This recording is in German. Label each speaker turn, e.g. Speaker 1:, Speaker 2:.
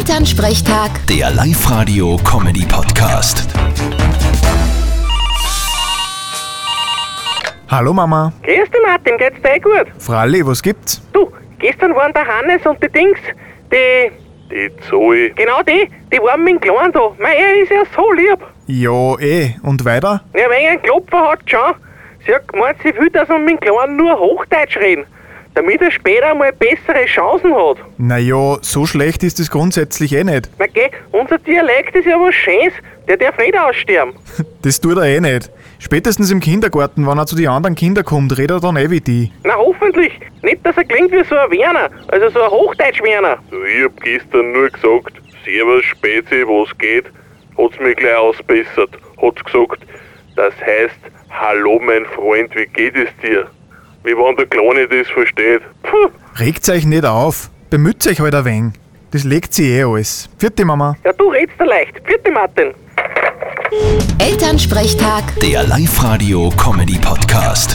Speaker 1: Elternsprechtag,
Speaker 2: Der Live-Radio-Comedy-Podcast.
Speaker 3: Hallo Mama.
Speaker 4: Grüß dich Martin, geht's dir eh gut?
Speaker 3: Fralli, was gibt's?
Speaker 4: Du, gestern waren der Hannes und die Dings, die,
Speaker 5: Die Zoe,
Speaker 4: genau die, die waren mit dem Kleinen da. Mei, er ist ja so lieb.
Speaker 3: Ja, eh. Und weiter?
Speaker 4: Ja, wenn er einen Klopfer hat, schon. Sie hat gemeint, sie will, dass wir mit dem Kleinen nur Hochdeutsch reden, damit er später mal bessere Chancen hat.
Speaker 3: Naja, so schlecht ist es grundsätzlich eh nicht.
Speaker 4: Na geh, unser Dialekt ist ja was Schönes, der darf nicht aussterben.
Speaker 3: Das tut er eh nicht. Spätestens im Kindergarten, wenn er zu den anderen Kindern kommt, redet er dann eh wie die.
Speaker 4: Na hoffentlich, nicht, dass er klingt wie so ein Werner, also so ein Hochdeutsch-Werner.
Speaker 5: du, Also, ich hab gestern nur gesagt, Servus Spezi, was geht, hat's mir gleich ausbessert, hat's gesagt, das heißt, hallo mein Freund, wie geht es dir? Wie wenn der Kleine das versteht.
Speaker 4: Puh,
Speaker 3: Regt euch nicht auf. Bemüht euch halt ein wenig. Das legt sie eh alles. Vierte Mama.
Speaker 4: ja du redst da leicht. Vierte Martin.
Speaker 1: Elternsprechtag.
Speaker 2: Der Live-Radio-Comedy-Podcast.